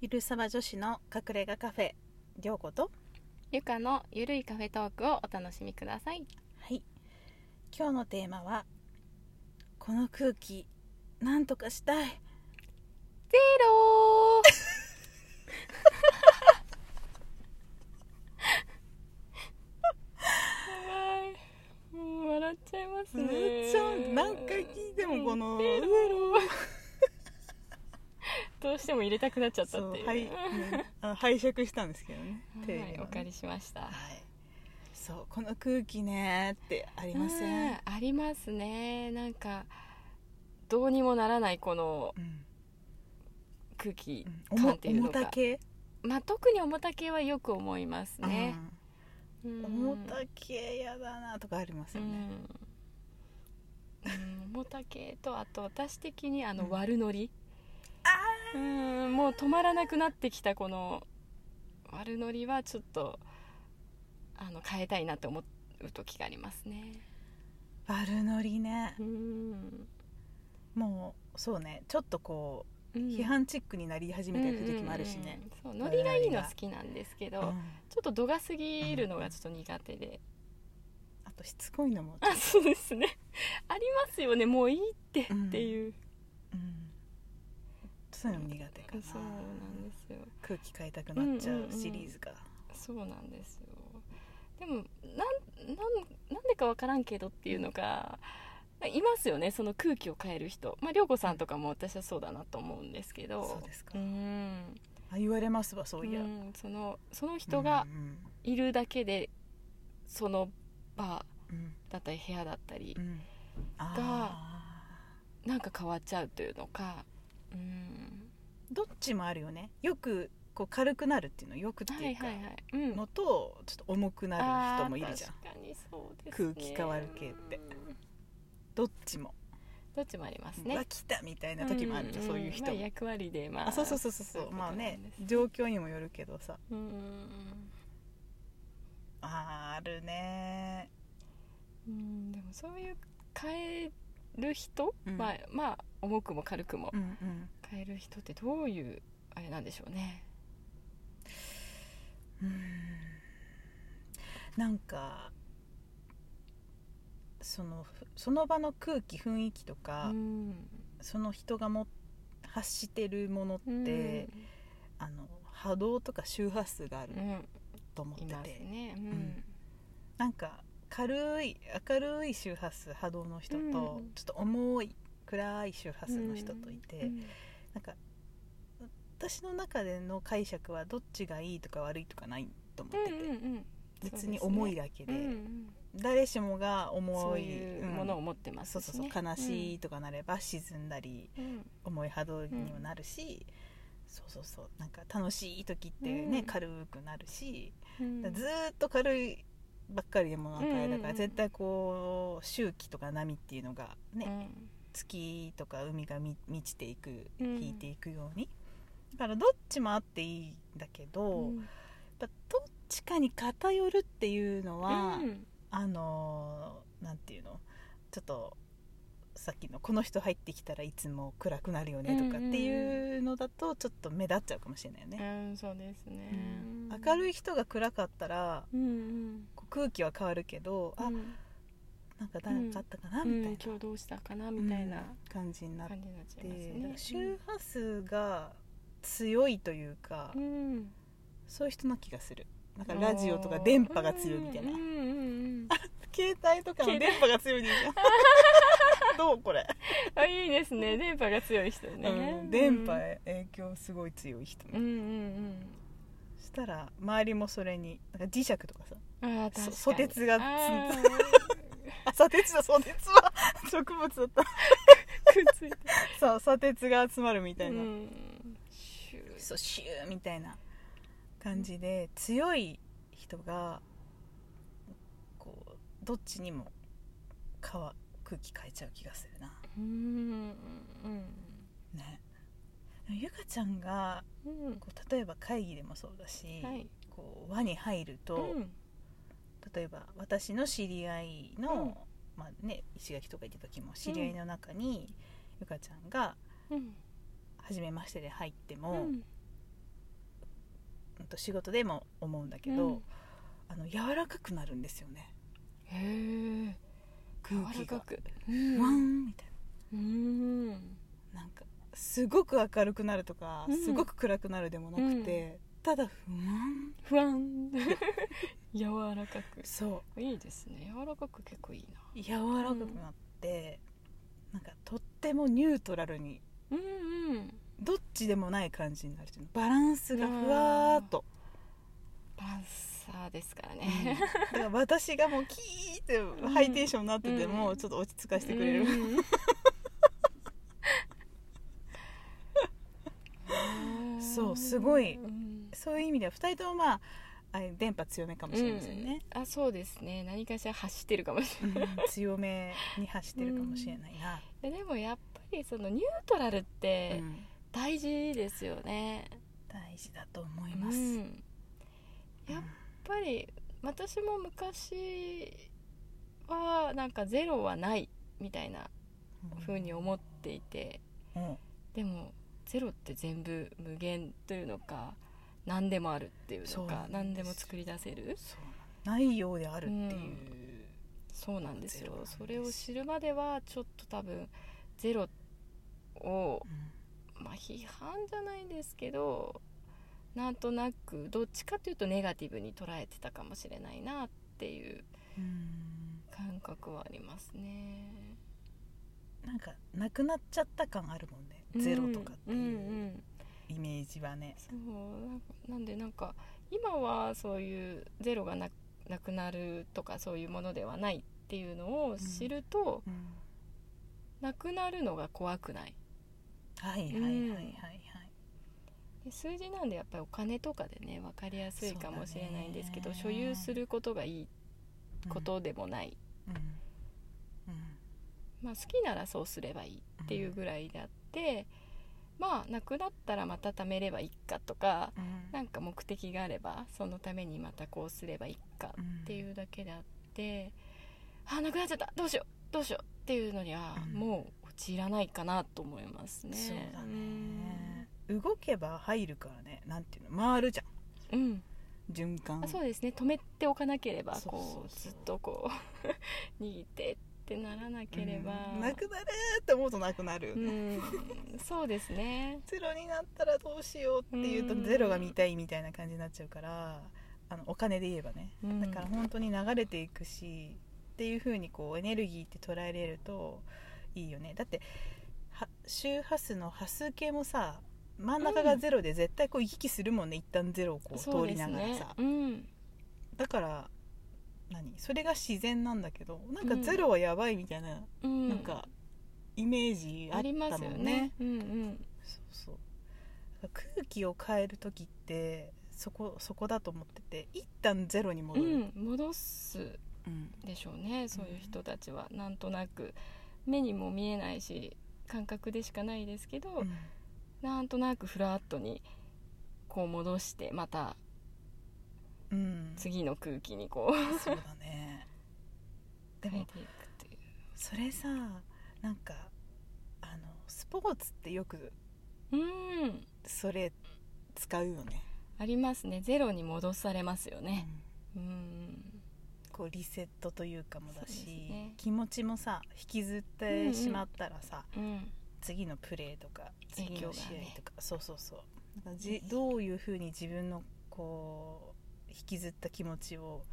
ゆるさま女子の隠れ家カフェりょうことゆかのゆるいカフェトークをお楽しみくださいはい今日のテーマはこの空気なんとかしたいゼロー やばいもう笑っちゃいますねめっちゃ何回聞いてもこの ゼロどうしても入れたくなっちゃったそうっていうはい、ねあ拝借したんですけどねはいテーマねお借りしましたはいそうこの空気ねってありません、うんありますねなんかどうにもならないこのうん空気うん、感っていうの重がたけ、まあ、特に重た系はよく思いますね、う、うんん重たけやだなとかありますよね、うんうん重た系とあと私的にあうんの悪ノリ、うん、もう止まらなくなってきたこの悪ノリはちょっとあの変えたいなって思う時がありますね悪ノリねうん、もうそうねちょっとこうんう批判チックになり始めていく時もあるしね、うんうんうんそうノリがいいのは好きなんですけど、うんちょっと度が過ぎるのがちょっと苦手で、あとしつこいのも、 あそうですねありますよねもういいってっていう、うん、そういうのも苦手かなそうなんですよ空気変えたくなっちゃんうんううんシリーズが、そうなんですよでもなんなんなんでかわからんけどっていうのがいますよねその空気を変える人まあ涼子さんとかも私はそうだなと思うんですけどそうですかうんあ言われますわそういや、うんそのその人がうんいるだけでその場うんだったり部屋だったりうんうんあなんか変わっちゃうというのかうんーどっちもあるよねよくこう軽くなるっていうのよくってはいいうかはいはい、うん、のとちょっと重くなる人もいるじゃんあー確かにそうです、ね、空気変わる系ってうんどっちも、どっちもありますうねわ来たみたいな時もあるじゃん、んそういう人まあも、役割でまああ、そうそうそうそうそうまあね状況にもよるけどさうんうんあーあるねうんうんでもそういう変える人、うんまあまあ重くも軽くもうんうん変える人ってどういうあれなんでしょうねうーんなんかそのふその場の空気雰囲気とか、うんその人がも発してるものって、あの波動とか周波数があるうんうんと思っていて、ますねうんんなんか軽い明るい周波数波動の人と、うちんょっと重い暗い周波数の人といて、うんなんか私の中での解釈はどっちがいいとか悪いとかないと思ってて、うんうんうん別に重いだけうで。んうん誰しもがそ重ういいううんものを持ってますしそうねそうそう悲しいとかなれば沈んだり、うんうん重い波動にもなるし、そうそうそうなんか楽しい時ってね、うん軽くなるし、うんずーっと軽いばっかりでもなんかあれだから、うん絶対こう周期とか波っていうのがね、うん月とか海がみ満ちていくうん引いていくように、だからどっちもあっていいんだけど、やっぱどっちかに偏るっていうのは、うんあのーなんていうのちょっとさっきの「この人入ってきたらいつも暗くなるよね」とかっていうのだとちょっと目立っちゃうかもしれないようね、んそうですねうん明るい人が暗かったらうんうんこう空気は変わるけど、うあんなんか誰かあったかな、うんみたい今な日どうしたかなみたいな感じになっ感じになっちゃいて、ますだかねら周波数が強いというか、うんそういう人な気がするなんかラジオとか電波が強いみたいな、うんうんうん携帯とかの電波が強いみたいな どうこれあいいです ね電波が強い人うねん、電波へ影響すごい強い人ね、うんうんしたら周りもそれになんか磁石とかさうんあー確かそにソテツがつあーあ砂鉄だ砂鉄 は植物だったくっつい てそう砂鉄が集まるみたいな、うんシューそうシューみたいな感じで強い人がこうどっちにも変わ空気変えちゃう気がするなうんねゆかちゃんがうんうんこう例えば会議でもそうだし、はいこう輪に入ると、うん例えば私の知り合いの、まあね、石垣とか行った時も知り合いの中に、ゆかちゃんがうん初めましてで入ってうも、んうんと仕事でも思うんだけど、うんあの柔らかくなるんですよねへえ空柔気らがかくふうわーんんみたいうんななんかすごく明るくなるとか、うんすごく暗くなるでもなくて、ただ不安不安柔らかくそういいですね柔らかく結構いいな柔らかくなって、なんかとってもニュートラルにうんうんどっちでもない感じになるっていうのバランスがふわーっと、バランサーですからうんねだから私がもうキーってハイテンションになってても、うんちょっと落ち着かせてくれる、うんそうすごいうんそういう意味では2人ともまああれ電波強めかもしれませんね、うんあそうですね何かしら走ってるかもしれうん強めに走ってるかもしれないな、ないでもやっぱりそのニュートラルっうてん大事ですよね、大事だと思いうます、うんんやっぱり私も昔はなんかゼロはないみたいな風に思っていてうんでもゼロって全部無限というのか何でもあるっていうそのうかなんです何でも作り出せるそうないようであるっていう、そうなんですゼよロなんですそれを知るまではちょっと多分ゼロをうんまあ批判じゃないんですけどなんとなくどっちかというとネガティブに捉えてたかもしれないなっていううん感覚はありますね。なんかなくなっちゃった感あるもんね、ゼロとかっていんんううんイメージはね、そうなんかなんでなんか今はそういうゼロがななくなるとかそういうものではないっていうのを知ると、うんなくなるのが怖くないはいはいはいはいはいで数字なんでやっぱりお金とかでね分かりやすいかもしれないんですけど、そうだ所ね有することがいいことでもない、うんうんまあ、好きならそうすればいいっていうぐらいであって、まあなくなったらまた貯めればいいかとかうんなんか目的があればそのためにまたこうすればいいかっていうだけであって、あなくなっちゃったどうしようどうしようっていうのにはうんもう陥らないかなと思いますね。そうだね動けば入るからねなんていうの回るじゃうん、うんん循環あそうですね止めておかなければそうそこううそずうっとこう 握ってってならなければ、うんなくなるって思うとなくなるようね、んそうですねゼロになったらどうしようっていうとうんゼロが見たいみたいな感じになっちゃうからあのお金で言えばねうんだから本当に流れていくしっていう風にこうエネルギーって捉えれるといいよねだっては周波数の波数計もさ真ん中がゼロで絶対こう行き来するもんね、一旦ゼロをこうそう通りですながらねさ、うんだから何それが自然なんだけどなんかうんゼロはやばいみたいな、うん、なんかイメージああっりまたすもよんねねうんそうそうだから空気を変える時ってそこそこだと思ってて一旦ゼロにうん、戻る、うん、戻すうんでしょうねそういう人たちは、なんとなく目にも見えないし感覚でしかないですけど、うんなんとなくフラットにこう戻してまたうん、次の空気にこうそうだ ねで変えもていくっていう。それさなんかあのスポーツってよくうんそれ使うよね、ありますねゼロに戻されますよねうんうんこうリセットというかもだそうですし、ね気持ちもさ引きずっうんうてんしまったらさ、うん次のプレーとか影次響のが試合ねとか、そうそうそうなんかじどういうふうに自分のこう引きずった気持ちを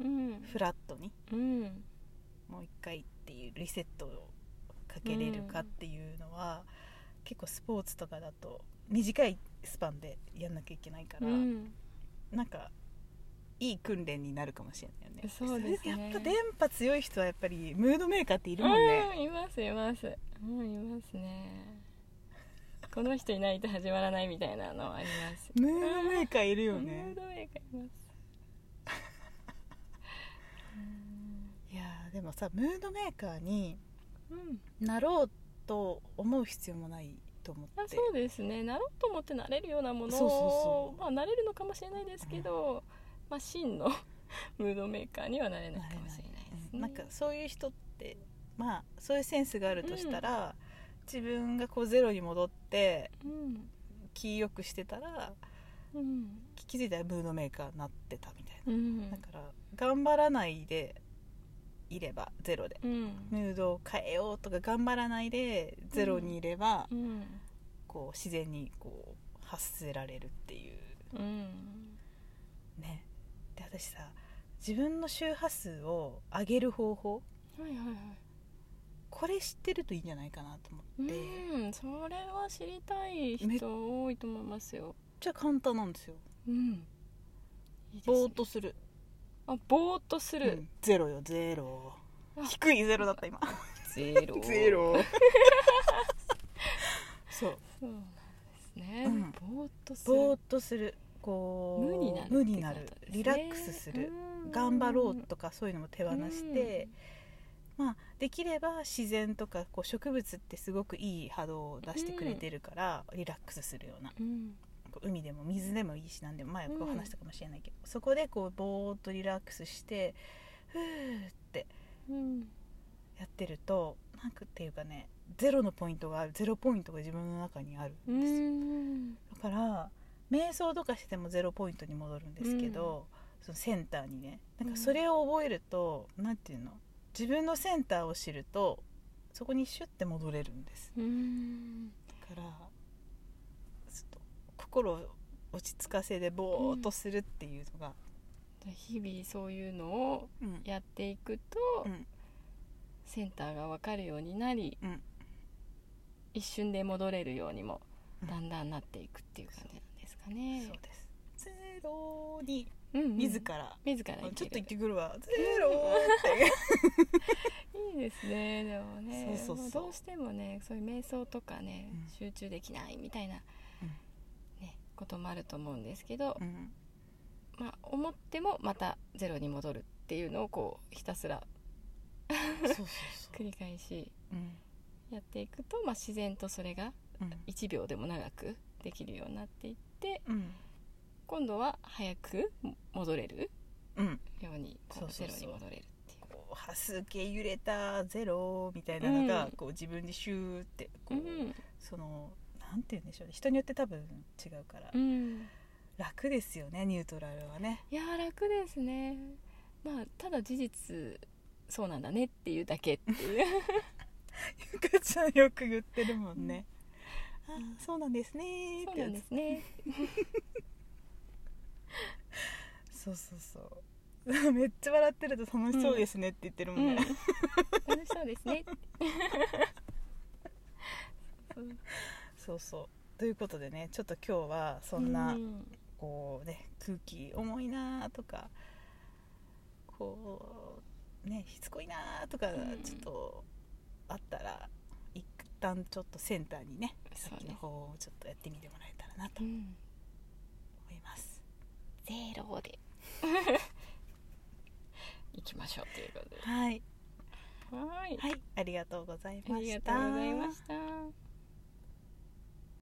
うんフラットにうんもう一回っていうリセットをかけれるかっていうのは、結構スポーツとかだと短いスパンでやんなきゃいけないから、うんなんかいい訓練になるかもしれないよねそうですねそれやっぱ電波強い人はやっぱりムードメーカーっているもんね、うんいますいますうんいますねこの人いないと始まらないみたいなのはありますムードメーカーいるよムねー、ドメーカーいますいやーでもさムードメーカーにうんなろうと思う必要もないと思あってそうですねなろうと思ってなれるようなものそをうそうそうまあなれるのかもしれないですけど、まあ真の ムードメーカーにはなれないかもしれないですうねんなんかそういう人ってまあそういうセンスがあるとしたら、自分がこうゼロに戻ってうん気よくしてたらうん気づいたらムードメーカーになってたみたいうんなだから頑張らないでいればゼロでうんムードを変えようとか頑張らないでゼロにいれば、うんこう自然にこう発せられるっていううんねで私さ自分の周波数を上げる方法はいはいはいこれ知ってるといいんじゃないかなと思って、うんそれは知りたいめ人多いと思いますよじゃ簡単なんですようんいいですねぼーっとする、あぼーっとすうるんゼロよゼロあ低いゼロだった今ゼ ロそうそうなんですねうんぼーっとするぼーっとするこう無になる無になるってことですねリラックスする、うん頑張ろうとかそういうのも手放して、まあ、できれば自然とかこう植物ってすごくいい波動を出してくれてるから、リラックスするようなうんこう海でも水でもいいし何でも前お話したかもしれないけど、そこでこうぼーっとリラックスしてふーってうんやってるとなんかっていうかねゼロのポイントがあるゼロポイントが自分の中にあるうんですよんだから瞑想とかしててもゼロポイントに戻るんですけど、そのセンターにねなんかそれを覚えると何、なん、ていうの自分のセンターを知るとそこにシュッて戻れるんですうんだからちょっと心を落ち着かせでぼーっとするっていうのが、日々そういうのをうんやっていくと、うんセンターが分かるようになり、うん一瞬で戻れるようにもうんだんだんなっていくっていう感じなんですかねそう、ですゼロにうんうん自ら、自ら行けるちょっと行ってくるわゼロっていいですねでもねそうそうそうもどうしてもねそういう瞑想とかね、うん集中できないみたいな、うんね、こともあると思うんですけど、うんまあ、思ってもまたゼロに戻るっていうのをこうひたすらそうそうそ繰う、り返しうんやっていくと、まあ、自然とそれがうん1秒でも長くできるようになっていってうん今度は早く戻れるうんようにこそううそゼうロそうに戻れるっていこう波数計揺れたゼロみたいなのが、うんこう自分にシューってこうう、うんそのなんて言うんでしょうね人によって多分違うから、うん楽ですよねニュートラルはねいやー楽ですねまあただ事実そうなんだねっていうだけって いうゆかちゃんよく言ってるもんね、あーそうなんですねーそっうてやなつんですねそうそうそう めっちゃ笑ってると楽しそうですねって言ってるもんうんね、楽しそうですねうんそうそうということでねちょっと今日はそんな、うんこうね空気重いなとかこうねしつこいなとかうんちょっとあったら、一旦ちょっとセンターにねそうね先の方をちょっとやってみてもらえたらなとうん思います、ゼロで 行きましょうということではいはいはいありがとうございあまりしがたとうございました。